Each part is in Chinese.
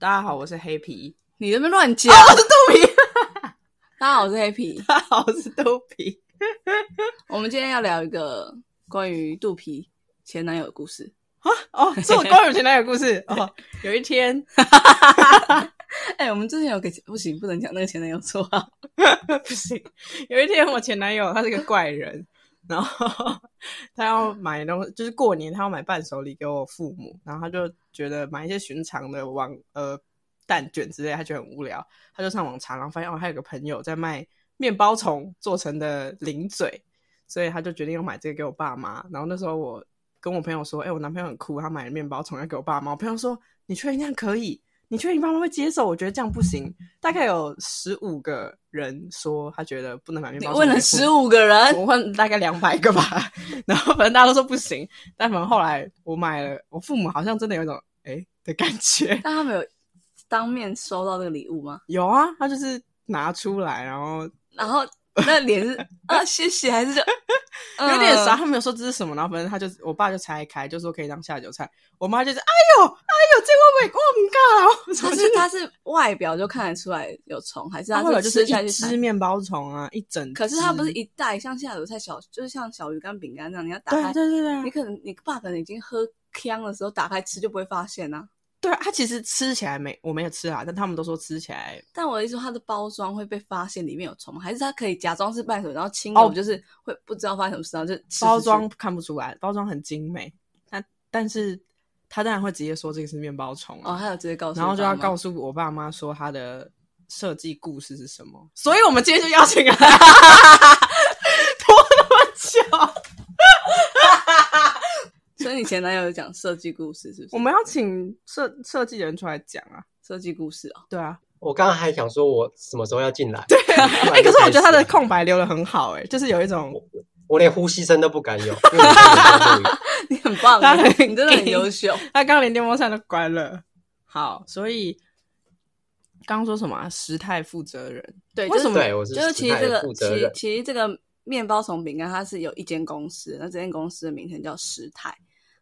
大家好，我是黑皮。你这边乱讲啊，！我是肚皮。 大家好，我是黑皮。大家好，我是肚皮。我们今天要聊一个关于肚皮前男友的故事。哦，是我高中前男友故事。哦，有一天 哎、我们之前有给不行，不能讲那个前男友错啊。不行，有一天我前男友他是个怪人，然后 他要买东西，就是过年他要买伴手礼给我父母，然后他就觉得买一些寻常的网呃蛋卷之类，他觉得很无聊，他就上网查，然后发现哦，他有个朋友在卖面包虫做成的零嘴，所以他就决定要买这个给我爸妈。然后那时候我跟我朋友说，哎、我男朋友很酷，他买了面包虫要给我爸妈。我朋友说，你确定这样可以？你确定你爸妈会接受？我觉得这样不行。大概有十五个人说他觉得不能买面你包虫。问了十五个 人，我问大概两百个吧， 然后反正大家都说不行，但反正后来我买了，我父母好像真的有一种哎、诶的感觉。 但他们有当面收到这个礼物吗？有啊，他就是拿出来，然后然后那脸是啊，谢谢，还是 就嗯有点傻，傻。他没有说这是什么，然后反正他就我爸就拆开，就说可以当下酒菜。我妈就是哎呦哎呦，这我没我唔 干了，我怎他么是他是外表就看得出来有虫，还是然他后来是嗯就是吃下一去才只面包虫啊，一整只。可是它不是一袋，像下酒菜小，就是像小鱼干、饼干那样，你要打对啊开，对对对你可能你爸可能已经喝呛的时候打开吃就不会发现啊。对，他其实吃起来没我没有吃啊，但他们都说吃起来但我的意思说，它的包装会被发现里面有虫吗？还是它可以假装是伴手，然后亲哦友就是会不知道发生什么事，然后就吃包出去装看不出来，包装很精美，但但是他当然会直接说这个是面包虫哦，啊，还有直接告诉，然后就要告诉，诉我爸妈说他的设计故事是什么，所以我们今天就邀请来，拖那么久，所以你前男友有讲设计故事是不我是？们要请设设计人出来讲啊，设计故事哦， 对啊，我刚刚还想说，我什么时候要进来？对，哎、可是我觉得他的空白留的很好、哎，就是有一种我连呼吸声都不敢 有，因为我真的很啊录影你很棒当然，你真的很优秀。他刚刚连电风扇都关了，好，所以。刚刚说什么、啊？时态负责人 对，为就是什么对，我是就是其实这负个，责其人。其实这个面包虫饼干，它是有一间公司，那这间公司的名称叫时态，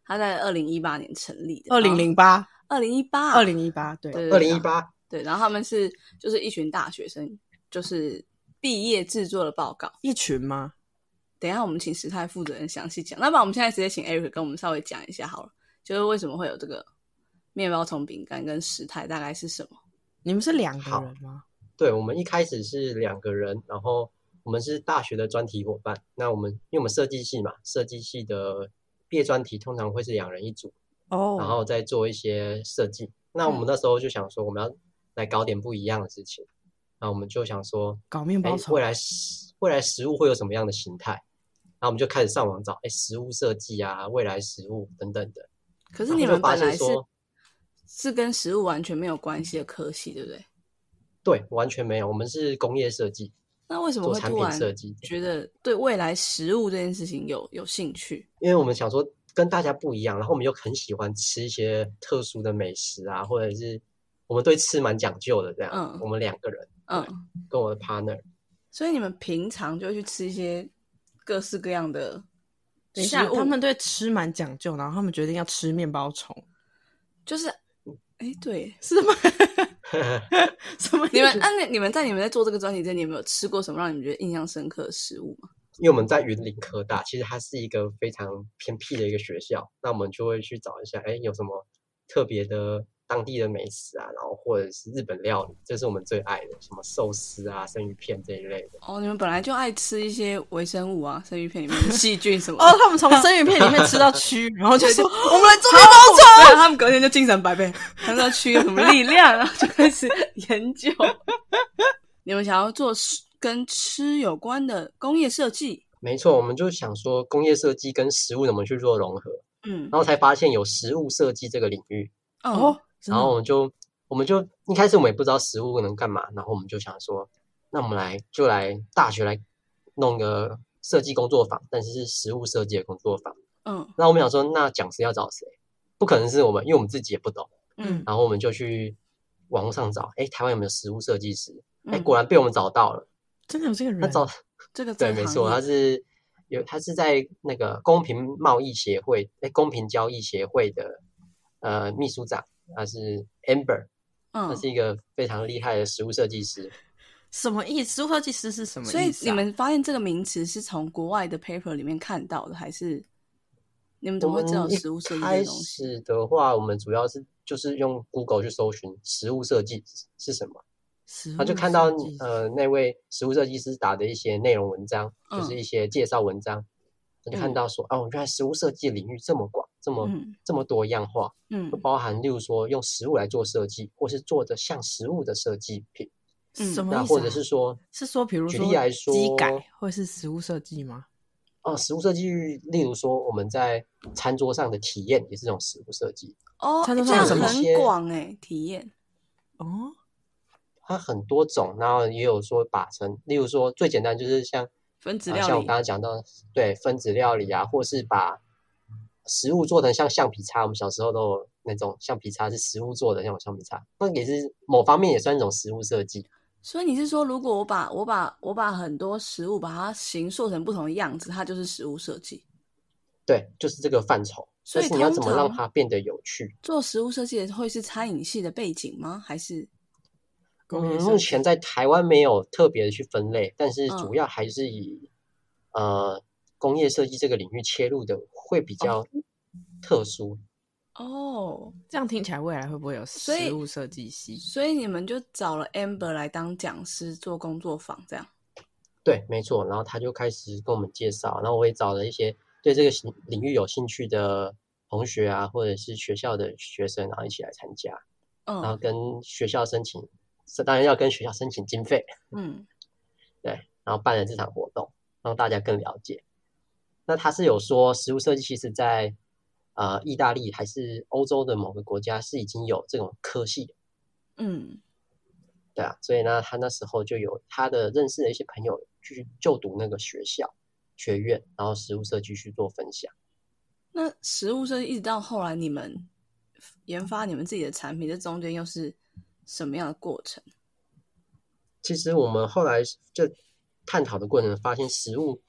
它在二零一八年成立的，二零零八，二零一八二零一八，对，哦对二零一八，对，然后他们是就是一群大学生，就是毕业制作的报告。一群吗？等一下我们请时态负责人详细讲，那不然我们现在直接请 Eric 跟我们稍微讲一下好了，就是为什么会有这个面包虫饼干跟时态大概是什么？你们是两个好人吗？对我们一开始是两个人，然后我们是大学的专题伙伴。那我们因为我们设计系嘛，设计系的毕业专题通常会是两人一组，哦然后再做一些设计。那我嗯们那时候就想说，我们要来搞点不一样的事情。那我们就想说，搞面哎包，虫未，来食未来食物会有什么样的形态？然后我们就开始上网找，哎，食物设计啊，未来食物等等的。可可是你们本来是说，是跟食物完全没有关系的科系，对不对？对，完全没有，我们是工业设计，那为什么做会产突品然设计，觉得对未来食物这件事情有有兴趣？因为我们想说跟大家不一样，然后我们又很喜欢吃一些特殊的美食啊，或者是我们对吃蛮讲究的这样。嗯啊我们两个人嗯，跟我的 partner，所以你们平常就会去吃一些各式各样的等一下食，物他们对吃蛮讲究，然后他们决定要吃面包虫，就是，哎，对，是吗？ 什么意思？ 你们，那、你你们在你们在做这个专题之前，你们有吃过什么让你们觉得印象深刻的食物吗？因为我们在云林科大，其实它是一个非常偏僻的一个学校，那我们就会去找一下，哎，有什么特别的当地的美食啊，然后或者是日本料理，这是我们最爱的，什么寿司啊、生鱼片这一类的。哦，你们本来就爱吃一些微生物啊，生鱼片里面的 细菌什么的。哦，他们从生鱼片里面吃到蛆，然后就说我们来做面包虫。包虫，他们隔天就精神百倍， 看到区有什么力 量，然后就开始研究。 你们想要做吃跟吃有关的工业设计，没错，我们就想说工业设计跟食物怎么去做融合，嗯，然后才发现有食物设计这个领域，哦哦，，真然的后哦我们就我们就一开始我们也不知道食物能干嘛，然后我们就想说，那我们来就来大学来弄个设计工作坊，但是是食物设计的工作坊。嗯那我们想说，那讲师要找谁？不可能是我们，因为我们自己也不懂。嗯，然后我们就去网络上找，哎，台湾有没有食物设计师？哎，嗯果然被我们找到了。真的有这个人他，找这个对，这个没行错，业他是有他是在那个公平贸易协会，哎，公平交易协会的呃秘书长，他是 Amber。嗯他，是一个非常厉害的食物设计师。什么意思？设计师是什么意思所啊、以你们发现这个名词是从国外的 paper 里面看到的，还是你们怎我么会们知道一食物设计这开个东西？始的话，我们主要是就是用 Google 去搜寻食物设计是什么，食他就物看到嗯设计呃那位食物设计师打的一些内容文章，就嗯是一些介绍文章，他就看嗯到说哦，原来食物设计领域这么广，这么嗯这么多样化，嗯就包含例如说用食物来做设计，或是做的像食物的设计品，嗯什么意思、啊？那或者是说是说，比如举说例来机说改或是食物设计吗？哦，食物设计，例如说我们在餐桌上的体验也是一种食物设计，哦，餐这桌样上有什么很些广哎、体验哦，它很多种，然后也有说把成，例如说最简单就是像分子啊像料我理刚，刚讲到对分子料理啊，或是把食物做成像橡皮擦，我们小时候都有那种橡皮擦是食物做的那种橡皮擦，那也是某方面也算一种食物设计。所以你是说，如果我把我把我把很多食物把它形塑成不同的样子，它就是食物设计。对，就是这个范畴。所以但是你要通怎么让常它变得有趣？做食物设计的会是餐饮系的背景吗？还是工业嗯，设目计前在台湾没有特别的去分类，但是嗯主要还是以、呃工业设计这个领域切入的会比较特殊。哦？这样听起来未来会不会有所以食物设计系？所以你们就找了 Amber 来当讲师做工作坊，这样对，没错。然后他就开始跟我们介绍，然后我也找了一些对这个兴领域有兴趣的同学啊，或者是学校的学生，然后一起来参加，然后嗯跟学校申请，是当然要跟学校申请经费，嗯对，然后办了这场活动，让大家更了解。那他是有说，食物设计其实在呃意大利还是欧洲的某个国家是已经有这种科系的嗯对啊，所以呢，他那时候就有他的认识的一些朋友去就读那个学校学院，然后实务社区去做分享。那食物设计一直到后来你们研发你们自己的产品，这中间又是什么样的过程？其实我们后来就探讨的过程，发现食物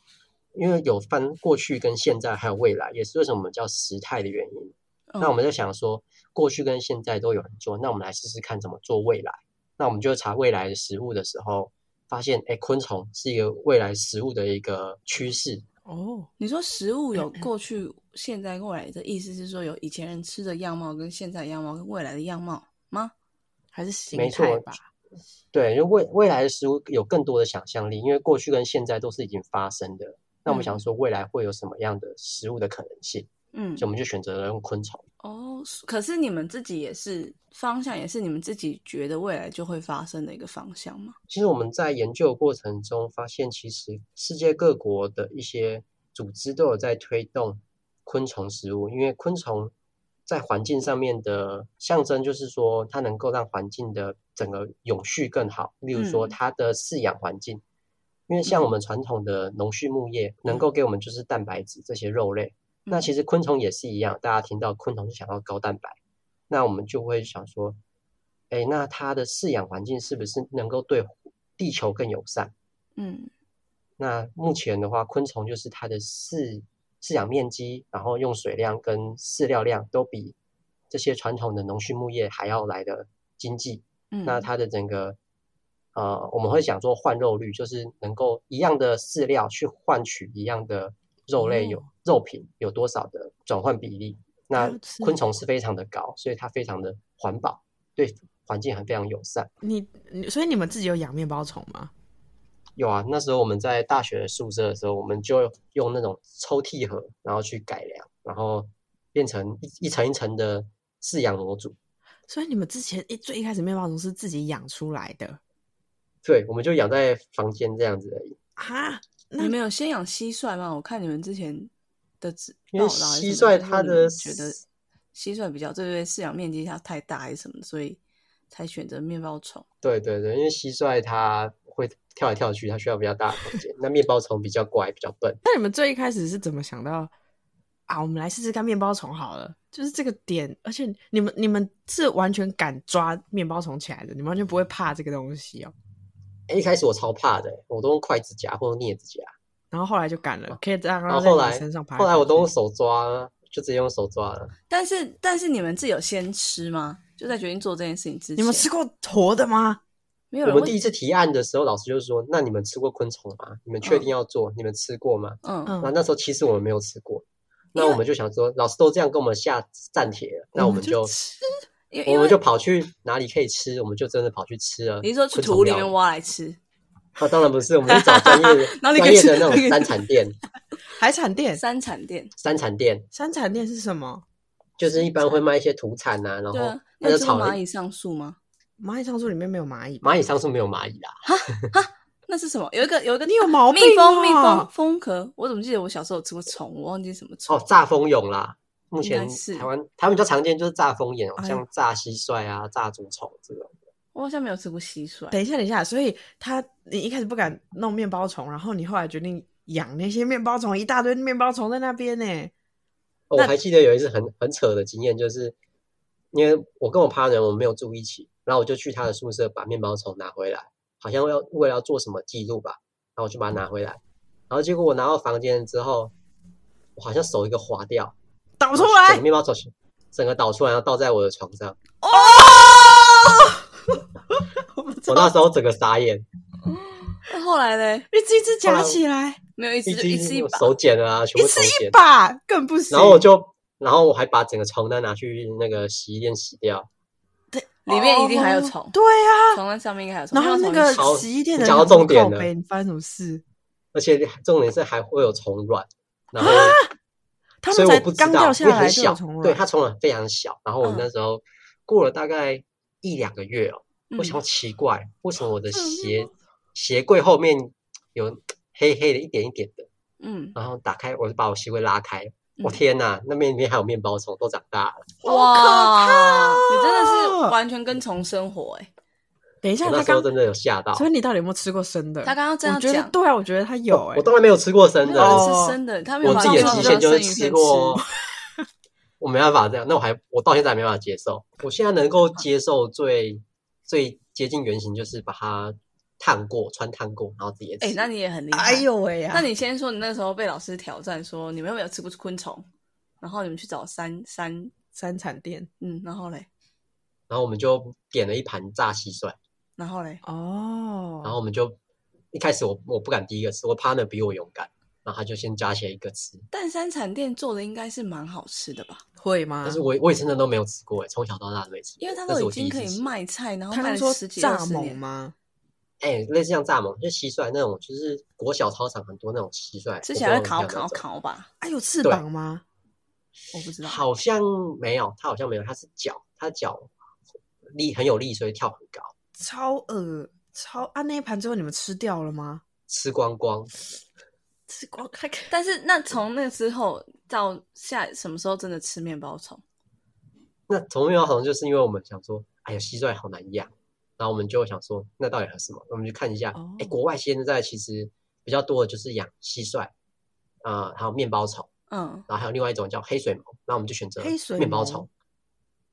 因为有翻过去跟现在还有未来，也是为什么我们叫时态的原因。嗯那我们在想说，过去跟现在都有人做，那我们来试试看怎么做未来。那我们就查未来的食物的时候，发现哎，诶昆虫是一个未来食物的一个趋势。哦，你说食物有过去、现在、未来的意思是说，有以前人吃的样貌、跟现在的样貌、跟未来的样貌吗？还是形没态错吧？对，因为未未来的食物有更多的想象力，因为过去跟现在都是已经发生的。那我们想嗯说未来会有什么样的食物的可能性，嗯所以，我们就选择了用昆虫。哦，可是你们自己也是方向，也是你们自己觉得未来就会发生的一个方向吗？其实我们在研究的过程中发现，其实世界各国的一些组织都有在推动昆虫食物，因为昆虫在环境上面的象征，就是说它能够让环境的整个永续更好。例如说嗯它的饲养环境，因为像我们传统的农畜牧业，能够给我们就是蛋白质这些肉类。那其实实昆虫也是一样，大家听到昆虫就想到高蛋白，那我们就会想说，哎，那它的饲养环境是不是能够对地球更友善？嗯那目前的话，昆虫就是它的饲饲养面积，然后用水量跟饲料量都比这些传统的农畜牧业还要来的经济。嗯，那它的整个呃，我们会讲说换肉率，就是能够一样的饲料去换取一样的肉类有、哦肉品有多少的转换比例。还那有吃昆虫是非常的高，所以它非常的环保，对环境还非常友善。你你所以你们自己有养面包虫吗？有啊，那时候我们在大学宿舍的时候，我们就用那种抽屉盒，然后去改良，然后变成一一层一层的饲养模组。所以你们之前一最一开始面包虫是自己养出来的对，我们就养在房间这样子而已。啊？那你们有先养蟋蟀吗？我看你们之前的资因报为道还是什么蟋蟀就说它你的们觉得蟋蟀比较对对饲养面积它太大还是什么的，所以才选择面包虫。对对对，因为蟋蟀它会跳来跳去，它需要比较大的空间。那面包虫比较乖，比较笨。那你们最一开始是怎么想到啊？我们来试试看面包虫好了，就是这个点，而且你们你们是完全敢抓面包虫起来的，你们完全嗯不会怕这个东西哦。一开始我超怕的，我都用筷子夹或者镊子夹，然后后来就敢了，可以这样哦然让后它在后你来身上爬爬去。后来我都用手抓，就直接用手抓了。但是但是你们自己有先吃吗？就在决定做这件事情之前，你们吃过活的吗？没有我人们第会一次提案的时候，老师就说：“那你们吃过昆虫吗？你们确嗯定要做？你们吃过吗？”嗯嗯哦那那时候其实我们没有吃过，因那我为们就想说，老师都这样跟我们下暂帖了，那我们就吃因我因们为就跑去哪里可以吃，我们就真的跑去吃了。你是说去昆虫土里料理面？挖来吃， 啊，当然不是，我们去找专业的 哪专里可以业吃的那哪里可种以山产店，海产店，三产店山产店山产店是什么？就是一般会卖一些土产啊，然对后啊，你那有就吃过炒了蚂蚁上树吗？蚂蚁上树里面没有蚂蚁吧？蚂蚁上树没有蚂蚁啦，那是什么？有一个有一个你有毛病、啊蜜蜂蜜蜂，蜂壳，我怎么记得我小时候有吃过虫，我忘记什么虫哦，。炸蜂蛹啦。目应该前是台湾台湾比较常见就是炸蜂蛹哦，哎像炸蟋蟀啊、炸竹虫这种。我好像没有吃过蟋蟀。等一下，等一下，所以他你一开始不敢弄面包虫，然后你后来决定养那些面包虫，一大堆面包虫在那边呢。哦我还记得有一次很很扯的经验，就是因为我跟我 partner 我们没有住一起，然后我就去他的宿舍把面包虫拿回来，好像要为了要做什么记录吧，然后我就把它拿回来，然后结果我拿到房间之后，我好像手一个滑掉，倒出整来个，面包虫整个倒出来，然后倒在我的床上，我不知我道那时候整个傻眼，那后来呢？一只一只夹起来，没有一次一就一次一一把，手剪了啊，全一部手次一剪，把更不行。然后我就。然后我还把整个床单拿去那个洗衣店洗掉。里面一定还有虫哦，对啊，床单上面应该还有虫。然后因为那我从个小超洗衣店的你讲到重点了靠北你发生什么事？而且重点是还会有虫卵，然后啊他所们以才我不知刚道，掉因下为来很就有小，虫卵，对，它虫卵非常小。然后我嗯那时候过了大概一两个月哦，嗯我想奇怪，为什么我的这种地鞋鞋柜后面有黑黑的一点一点的？嗯，然后打开，我就把我鞋柜拉开，我嗯哦天哪，那边里面还有面包虫，都长大了。好可怕哇哦，你真的是完全跟虫生活哎。等一下我他那时候刚真的有吓到，所以你到底有没有吃过生的？他刚刚这我样觉得讲，对啊，我觉得他有哎、我当然没有吃过生的，哦是生的，他没有我把自己的面包极虫限当就是生鱼吃片过吃。，我没办法这样，那我还我到现在还没办法接受。我现在能够接受最最接近原型，就是把它烫过、穿烫过，然后直接吃。哎，那你也很厉害。哎呦喂呀、那你先说，你那时候被老师挑战说你们有没有吃过昆虫，然后你们去找山山，三产店嗯，然后嘞，然后我们就点了一盘炸蟋蟀，然后嘞，哦，然后我们就一开始我我不敢第一个吃，我 partner 比我勇敢，然后他就先夹起来一个吃。但山产店做的应该是蛮好吃的吧？会吗？但是我我也真的都没有吃过哎，从小到大都没吃过。因为它那是都我已第一经可次以吃卖菜，然后他卖刚了说十几二蚱十蜢年。吗？哎，类似像蚱蜢，就蟋蟀那种，就是国小操场很多那种蟋蟀，吃起来会活烤蹦乱烤跳那种烤吧？啊，有翅膀吗？我不知道。好像没有，它好像没有，它是脚，它脚力很有力，所以跳很高，超恶超啊！那一盘最后你们吃掉了吗？吃光光。吃光还可以但是那从那之后到下什么时候真的吃面包虫？那同苗好像就是因为我们想说，哎呀，蟋蟀好难养，然后我们就想说，那到底有什么？我们去看一下，哎、哦国外现在其实比较多的就是养蟋蟀，啊、还有面包虫，嗯，然后还有另外一种叫黑水虻，那我们就选择黑水面包虻虫。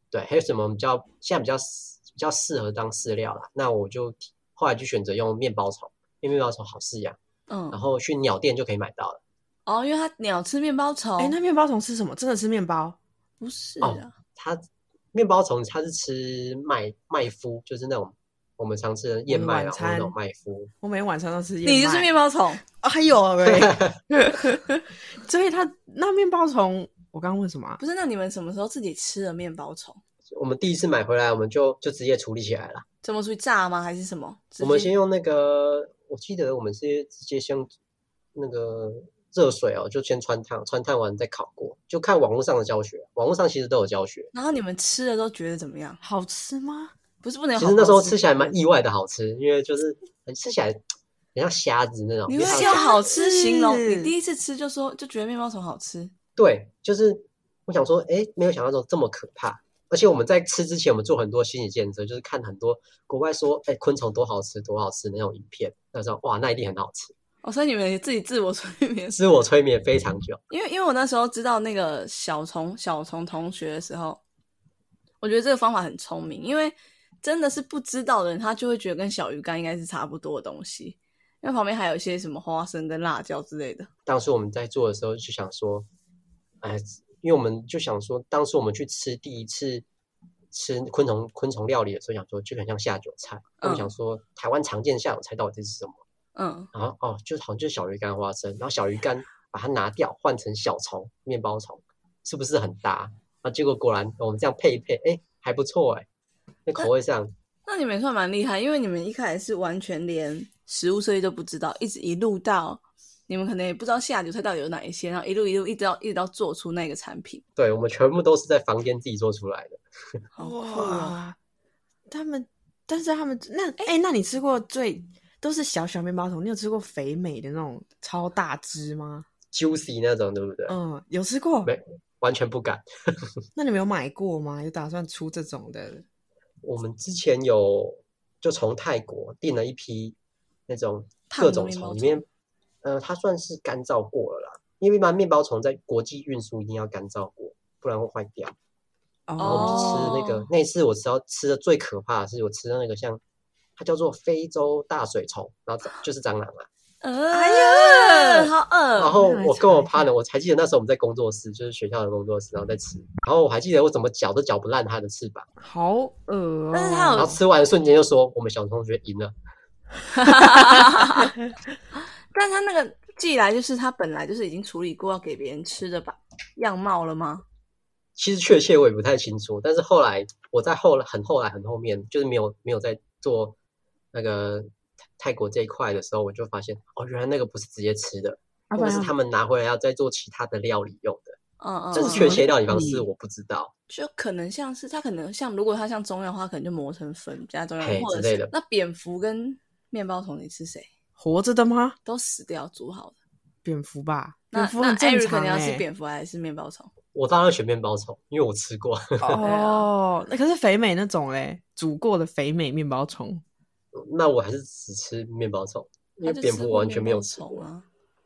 对，黑水虻比较现在比较适比较适合当饲料啦，那我就后来就选择用面包虫，因为面包虫好饲养，嗯然，后去鸟店就可以买到了。哦，因为它鸟吃面包 虫，哎、那面包虫吃什么？真的吃面包？不是哦啊，它面包虫它是吃麦麦麸，就是那种我们常吃的燕麦我啦，嗯们晚或者那种餐麦麸。我每天晚上都吃燕麦。你就是面包虫，哎呦喂！ 所以它那面包虫，我刚刚问什么啊、不是？那你们什么时候自己吃了面包虫？我们第一次买回来，我们就就直接处理起来了。怎么出去炸吗？还是什么？直我们接先用那个，我记得我们是直接先那个热水哦，就先穿烫，穿烫完再烤过。就看网络上的教学，网络上其实都有教学。然后你们吃了都觉得怎么样？好吃吗？不是不能其好实那时候吃吃起来蛮意外的好吃，因为就是很吃起来很像虾子那种。你因为它是有用虾好吃形容？是你第一次吃就说就觉得面包虫好吃，对，就是我想说，哎，没有想到说这么可怕。而且我们在吃之前，我们做很多心理建设，就是看很多国外说，哎，昆虫多好吃，多好吃那种影片。那时候哇，那一定很好吃，哦，所以你们也自己自我催眠。自我催眠非常久。因为因为我那时候知道那个小虫小虫同学的时候，我觉得这个方法很聪明，因为真的是不知道的人，他就会觉得跟小鱼干应该是差不多的东西，因为旁边还有一些什么花生跟辣椒之类的。当时我们在做的时候就想说，哎，因为我们就想说，当时我们去吃第一次吃昆虫昆虫料理的时候，想说就很像下酒菜。我嗯们想说，台湾常见的下酒菜到底是什么？嗯，然后哦，就好像就是小鱼干花生，然后小鱼干把它拿掉，换成小虫面包虫，是不是很搭？啊，结果果然我们这样配一配，哎，还不错哎，那口味上那你们也算蛮厉害，因为你们一开始是完全连食物设计都不知道，一直一路到你们可能也不知道下酒菜到底有哪一些，然后一路一路一直到一直到做出那个产品，对我们全部都是在房间自己做出来的。好酷哦！！啊他们，但是他们那哎、那你吃过最都是小小面包虫，你有吃过肥美的那种超大只吗？ juicy 那种，对不对？嗯，有吃过。没完全不敢。那你们有买过吗？有打算出这种的？我们之前有就从泰国订了一批那种各种烫虫，的面包虫里面呃，它算是干燥过了啦，因为一般面包虫在国际运输一定要干燥过，不然会坏掉。哦然后我们就吃那个哦，那一次我吃到吃的最可怕的是，我吃到那个像它叫做非洲大水虫，然后就是蟑螂啊。哎哎呀，呀好饿！然后那还我跟我差一 partner，我还记得那时候我们在工作室，就是学校的工作室，然后在吃，然后我还记得我怎么嚼都嚼不烂它的翅膀。好恶、哦但是它有然后吃完的瞬间就说我们小同学赢了，但他那个寄来就是他本来就是已经处理过要给别人吃的吧样貌了吗？其实确切我也不太清楚，但是后来我在后来很后来很后面，就是没有没有在做那个泰泰国这一块的时候，我就发现哦，原来那个不是直接吃的，啊那不个然是要他们拿回来要再做其他的料理用的，嗯嗯，这但个嗯是确切料理方式嗯我不知道。就可能像是它可能像如果它像中药的话，可能就磨成粉加中药嘿，或者之类是的那蝙蝠跟面包虫你吃谁？活着的吗？都死掉煮好的。蝙蝠吧，那蝙蝠那很正 Eric 可常、能欸、要吃蝙蝠还是面包虫？我当然选面包虫，因为我吃过， 哦，那可是肥美那种嘞，煮过的肥美面包虫。那我还是只吃面包虫，因他为就蝙吃蝠过完全面没有包吃虫过。啊。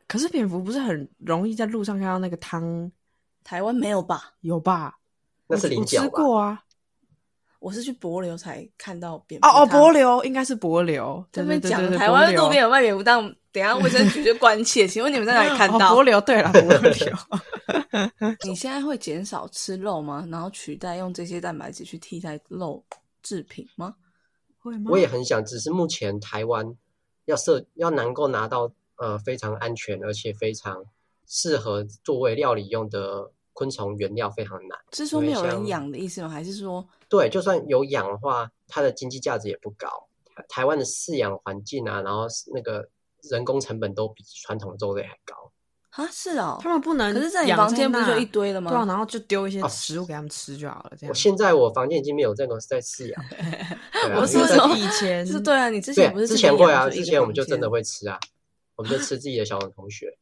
可是蝙蝠不是很容易在路上看到那个汤台湾哦没有吧？有吧？那是我菱我角吃吧？过啊。我是去柏流才看到蝙蝠哦哦，汤柏流应该是柏流。这对边对对对讲对，台湾柏路流边有卖蝙蝠 汤，等一下卫生局就关切。请问你们在哪里看哦到？柏流对了，柏流。你现在会减少吃肉吗？然后取代用这些蛋白质去替代肉制品吗？ 会吗我也很想，只是目前台湾要设要能够拿到呃非常安全而且非常适合作为料理用的昆虫原料非常难。是说没有因为人像养的意思吗？还是说对，就算有养的话，它的经济价值也不高。台台湾的饲养环境啊，然后是那个人工成本都比传统的肉类还高。啊是哦他，们不能可养那，是在你房间不就一堆了吗对啊，然后就丢一些哦食物给他们吃就好了，这啊样我。现在我房间已经没有这个在饲 养，对啊我我是是因为在说说以前是对啊，你之前不对，是之前自己会啊，养出一个之前我房们就真的间会吃啊，我们就吃自己的小同学，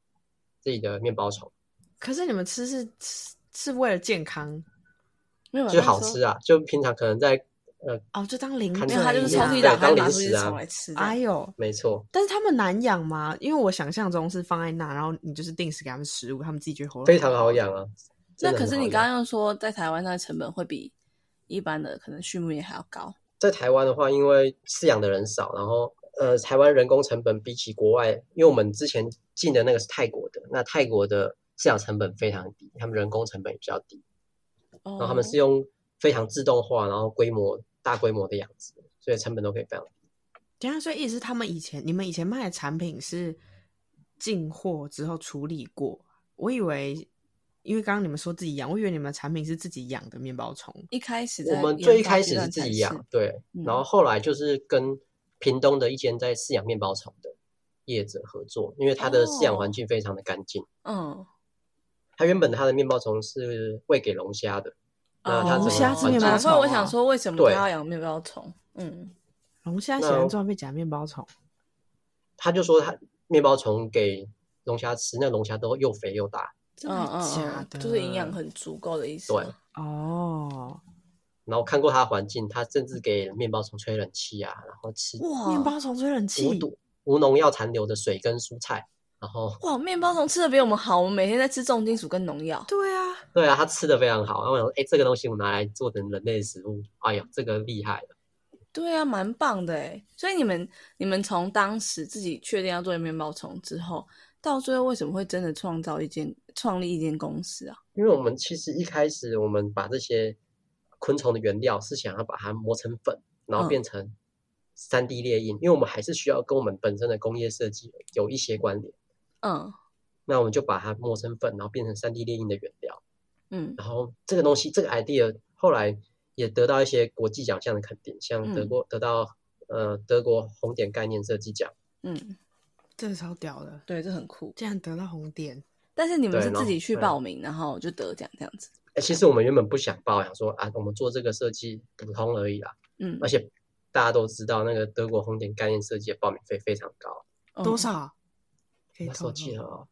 自己的面包虫，可是你们吃是吃是为了健康没有啊就是那好时候吃啊，就平常可能在呃，哦，就当零看嘴没一有，样。他就是抽屉对打开当拿零出一食只啊虫来吃的。哎呦，没错，但是他们难养吗？因为我想象中是放在那，然后你就是定时给他们食物，他们自己就会活。非常好。养啊。那真的可很是好你刚养刚又说在台湾，那个成本会比一般的可能畜牧业还要高。在台湾的话，因为饲养的人少，然后呃，台湾人工成本比起国外，因为我们之前进的那个是泰国的，那泰国的饲养成本非常低，他们人工成本也比较低，然然哦后他们哦是用非常自动化，然后规模大规模的养殖，所以成本都可以非常低。等一啊下，所以意思是他们以前你们以前卖的产品是进货之后处理过，我以为。因为刚刚你们说自己养，我以为你们的产品是自己养的面包虫。一开始我在们研最一发开阶始是段自才己养，对，然嗯后后来就是跟屏东的一间在饲养面包虫的业者合作，因为它的饲养哦环境非常的干净。嗯，它原本它的面包虫是喂给龙虾的，那哦它整龙个虾吃环面境包难怪虫我啊想说为什么对他要养面包虫？嗯，龙虾喜那欢专门被夹面包虫，他就说他面包虫给龙虾吃，那龙虾都又肥又大，真嗯的嗯假嗯的？就是营养很足够的意思。对，哦。然后看过它的环境，它甚至给面包虫吹冷气啊，然后吃哇，面包虫吹冷气无，毒无农药残留的水跟蔬菜，然后哇，面包虫吃的比我们好，我们每天在吃重金属跟农药。对啊，对啊，它吃的非常好。然后我想说，哎，这个东西我拿来做成人类食物，哎呀，这个厉害了。对啊，蛮棒的哎。所以你们你们从当时自己确定要做面包虫之后，到最后为什么会真的创造一间创立一间公司啊？因为我们其实一开始我们把这些昆虫的原料是想要把它磨成粉，然后嗯变成三 D 列印，因为我们还是需要跟我们本身的工业设计有一些关联。嗯那我们就把它磨成粉，然后变成三 D 列印的原料。嗯然后这个东西，这个 idea 后来也得到一些国际奖项的肯定，像德嗯国、得到呃德国红点概念设计奖。嗯，这个超屌的，对，这很酷。竟然得到红点，但是你们对是然自后己去对报名，然后就得奖这样子。哎，其实我们原本不想报，想说啊，我们做这个设计普通而已啦。嗯而，且大家都知道，那个德国红点概念设计的报名费非常高，嗯多？少？啊可以那时候透记露得吗哦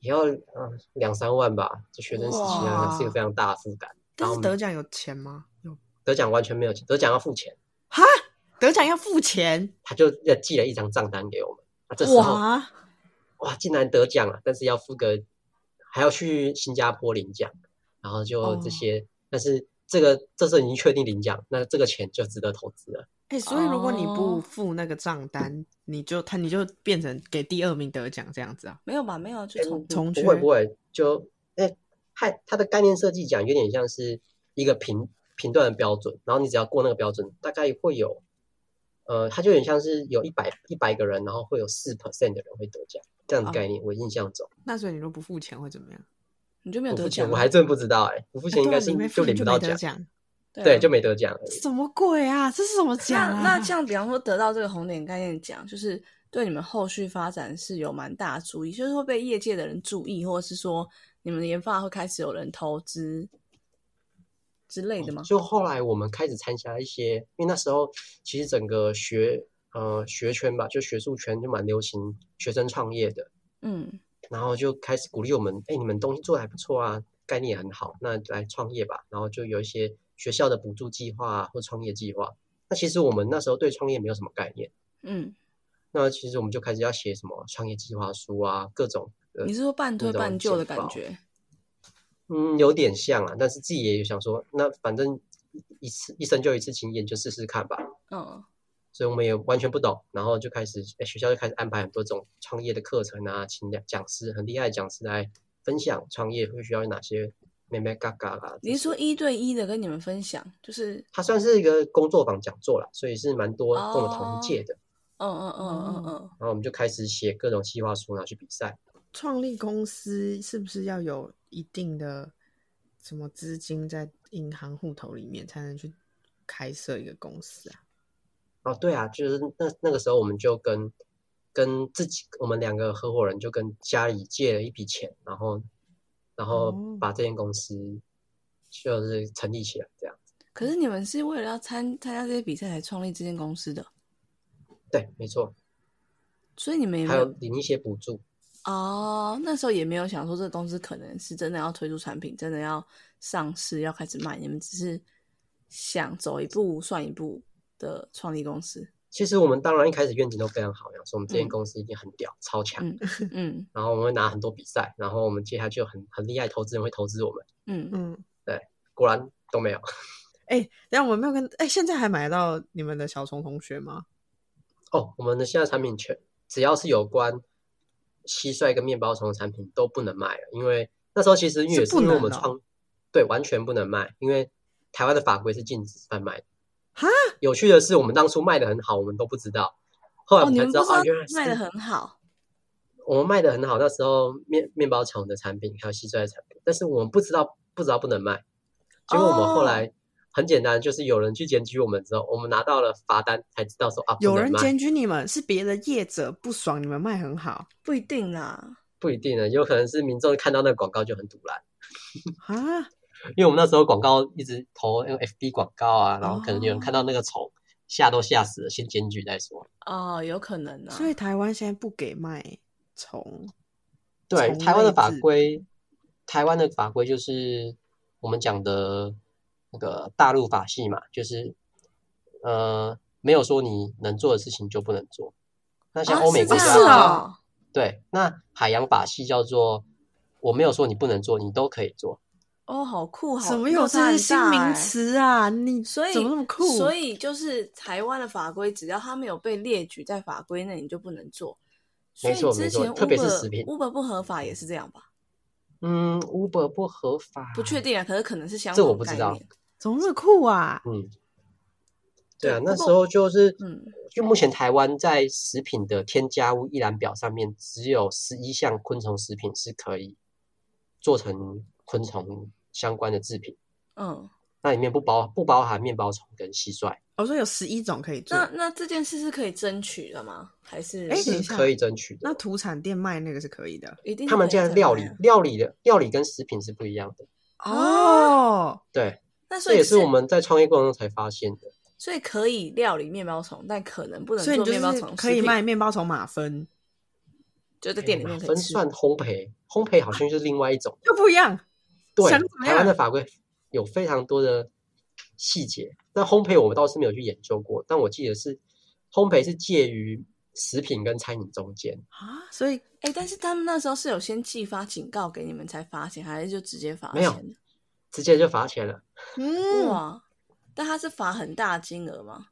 也要嗯两三万吧，就学生时期啊哇是一个非常大的负担。然但后是我得们奖有钱吗？有得奖完全没有钱，得奖要付钱，哈，得奖要付钱他就寄了一张账单给我们。啊，这时候哇！哇，竟然得奖了，但是要付个，还要去新加坡领奖，然后就哦这些，但是这个这时候已经确定领奖，那这个钱就值得投资了。哎、所以如果你不哦付那个账单，你就他你就变成给第二名得奖这样子啊？没有吧？没有，就哎从重不缺会不会，就哎，它它的概念设计讲有点像是一个评评断的标准，然后你只要过那个标准，大概会有，呃，它就有点像是有一百一百个人，然后会有四 percent 的人会得奖这哦样的概念。我印象中，那所以你如果不付钱会怎么样？你就没有不得付奖钱啊，我还真不知道哎、不付哎钱应对该啊是你没付就领就不没到得奖，奖，对，啊就没得奖而已。什么鬼啊？这是什么奖、啊那那像比方说得到这个红点概念奖，就是对你们后续发展是有蛮大的注意，就是会被业界的人注意，或者是说你们的研发会开始有人投资之类的吗？就后来我们开始参加一些，因为那时候其实整个学呃学圈吧，就学术圈就蛮流行学生创业的，嗯然后就开始鼓励我们，哎，你们东西做的还不错啊，概念也很好，那来创业吧。然后就有一些学校的补助计划啊，或创业计划。那其实我们那时候对创业没有什么概念，嗯，那其实我们就开始要写什么创业计划书啊，各种的你是说半推那种半就的简感报觉？嗯，有点像啊，但是自己也想说，那反正一次一生就一次经验，就试试看吧。嗯所以我们也完全不懂，然后就开始，诶学校就开始安排很多种创业的课程啊，请两讲师很厉害的讲师来分享创业会需要有哪些咩咩嘎嘎啦。你是说这些一对一的跟你们分享，就是它算是一个工作坊讲座啦，所以是蛮多跟我同一届的。嗯嗯嗯嗯嗯，然后我们就开始写各种计划书，然后去比赛。创立公司是不是要有一定的什么资金在银行户头里面才能去开设一个公司啊？哦，对啊，就是那那个时候我们就跟跟自己我们两个合伙人就跟家里借了一笔钱，然后然后哦把这间公司就是成立起来这样。可是你们是为了要参参加这些比赛才创立这间公司的，对，没错，所以你们也没还有有领一些补助。哦，那时候也没有想说这个公司可能是真的要推出产品，真的要上市，要开始卖。你们只是想走一步算一步的创立公司。其实我们当然一开始愿景都非常好，想说我们这嗯间公司一定很屌、超强，嗯嗯然后我们会拿很多比赛，然后我们接下来就有很很厉害的投资人会投资我们。嗯，嗯，果然都没有，哎、等一下我没有跟哎、现在还买得到你们的小虫同学吗？哦，我们的现在产品全只要是有关蟋蟀跟面包虫的产品都不能卖了，因为那时候其实因为是也是不因为我能们哦创、对完全不能卖，因为台湾的法规是禁止贩卖的。哈，有趣的是，我们当初卖的很好，我们都不知道，后来哦，我们你才们知不道、知道啊，原来卖是的很好，我们卖的很好，那时候面面包厂的产品还有蟋蟀的产品，但是我们不知道不知道不能卖，结果我们哦后来、很简单，就是有人去检举我们之后，我们拿到了罚单才知道说啊，不有能人卖检举你们是别的业者不爽，你们卖很好不一定啦。不一定呢，有可能是民众看到那个广告就很堵然，啊？因为我们那时候广告一直投用 FB 广告啊，然后可能有人看到哦那个虫，吓都吓死了，先检举再说。哦，有可能啊。所以台湾现在不给卖虫，对，从台湾的内法至规，台湾的法规就是我们讲的那个大陆法系嘛，就是呃，没有说你能做的事情就不能做。那像啊欧美是这国家，样是哦哦，对，那海洋法系叫做我没有说你不能做，你都可以做。哦，好酷，好怎么落有这些差很新大欸名词啊？你所以怎么那么酷？所以就是台湾的法规，只要它没有被列举在法规内，你就不能做。所以没错之没错前特别是食 Uber 品 Uber 不合法也是这样吧？嗯，Uber 不合法，不确定啊，可是可能是相这同我不概知道念怎么那么酷啊？嗯，对啊，对那不时过候就是，嗯就目前台湾在食品的添加物一览表上面，只有十一项昆虫食品是可以做成昆虫相关的制品，嗯，那里面不包不包含面包虫跟蟋蟀，我说有十一种哦可以做那，那这件事是可以争取的吗？还是哎等一是下可以争取那的。土产店卖那个是可以的一定他们这现样在料理料理的料理跟食品是不一样的，哦？哦。对，那所这以也是我们在创业过程中才发现的。所以可以料理面包虫，但可能不能所以你做就面包是虫，可以卖，面包虫马芬，就在店里哎面可以分吃。算烘焙，烘焙好像就是另外一种。又不一样。对，想怎么台湾样的法规有非常多的细节。那烘焙我们倒是没有去研究过，但我记得是烘焙是介于食品跟餐饮中间。啊？所以哎、但是他们那时候是有先寄发警告给你们才罚钱，还是就直接罚没有钱？直接就罚钱了。嗯，哇！但他是罚很大金额吗？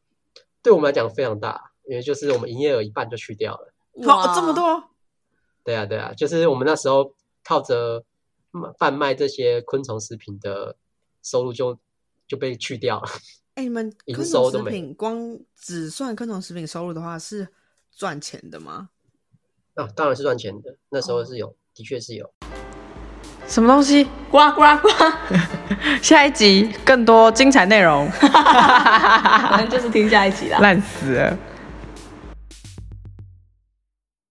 对我们来讲非常大，因为就是我们营业额一半就去掉了。好这么多，对啊，对啊，就是我们那时候靠着嗯贩卖这些昆虫食品的收入就就被去掉了。 哎、你们营昆收虫都食没品光只算昆虫食品收入的话是赚钱的吗？啊，当然是赚钱的，那时哦候是有，的确是有。什么东西？呱呱呱！下一集更多精彩内容，反正就是听下一集啦。烂死了。